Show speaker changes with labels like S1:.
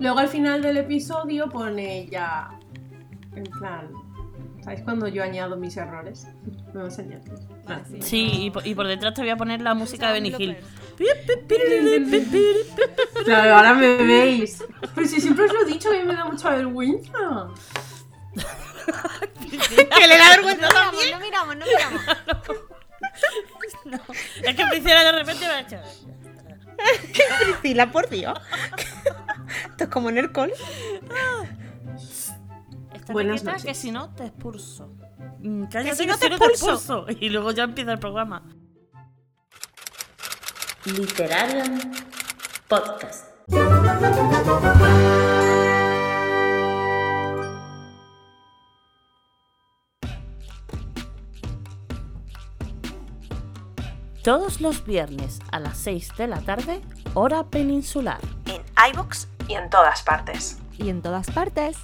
S1: Luego al final del episodio pone ya. En plan. ¿Sabéis cuando yo añado mis errores? Me vas a añadir.
S2: Vale, sí.
S3: Sí, y por, y por detrás te voy a poner la música de Benny Hill.
S1: Claro, ahora me veis. Pero si siempre os lo he dicho, a mí me da mucha vergüenza.
S3: que le da vergüenza.
S2: No miramos, no miramos, no miramos.
S3: Es que Priscila de repente me ha hecho.
S4: Priscila, por Dios. Esto es como en el col.
S3: Esta
S1: Buenas
S3: etiqueta
S1: noches.
S3: que si no te expulso. Mm, Cállate,
S4: si no te expulso.
S3: Y luego ya empieza el programa.
S5: Literarium Podcast.
S3: Todos los viernes a las 6 de la tarde, hora peninsular.
S6: en iBox y en todas partes.
S2: Y en todas partes.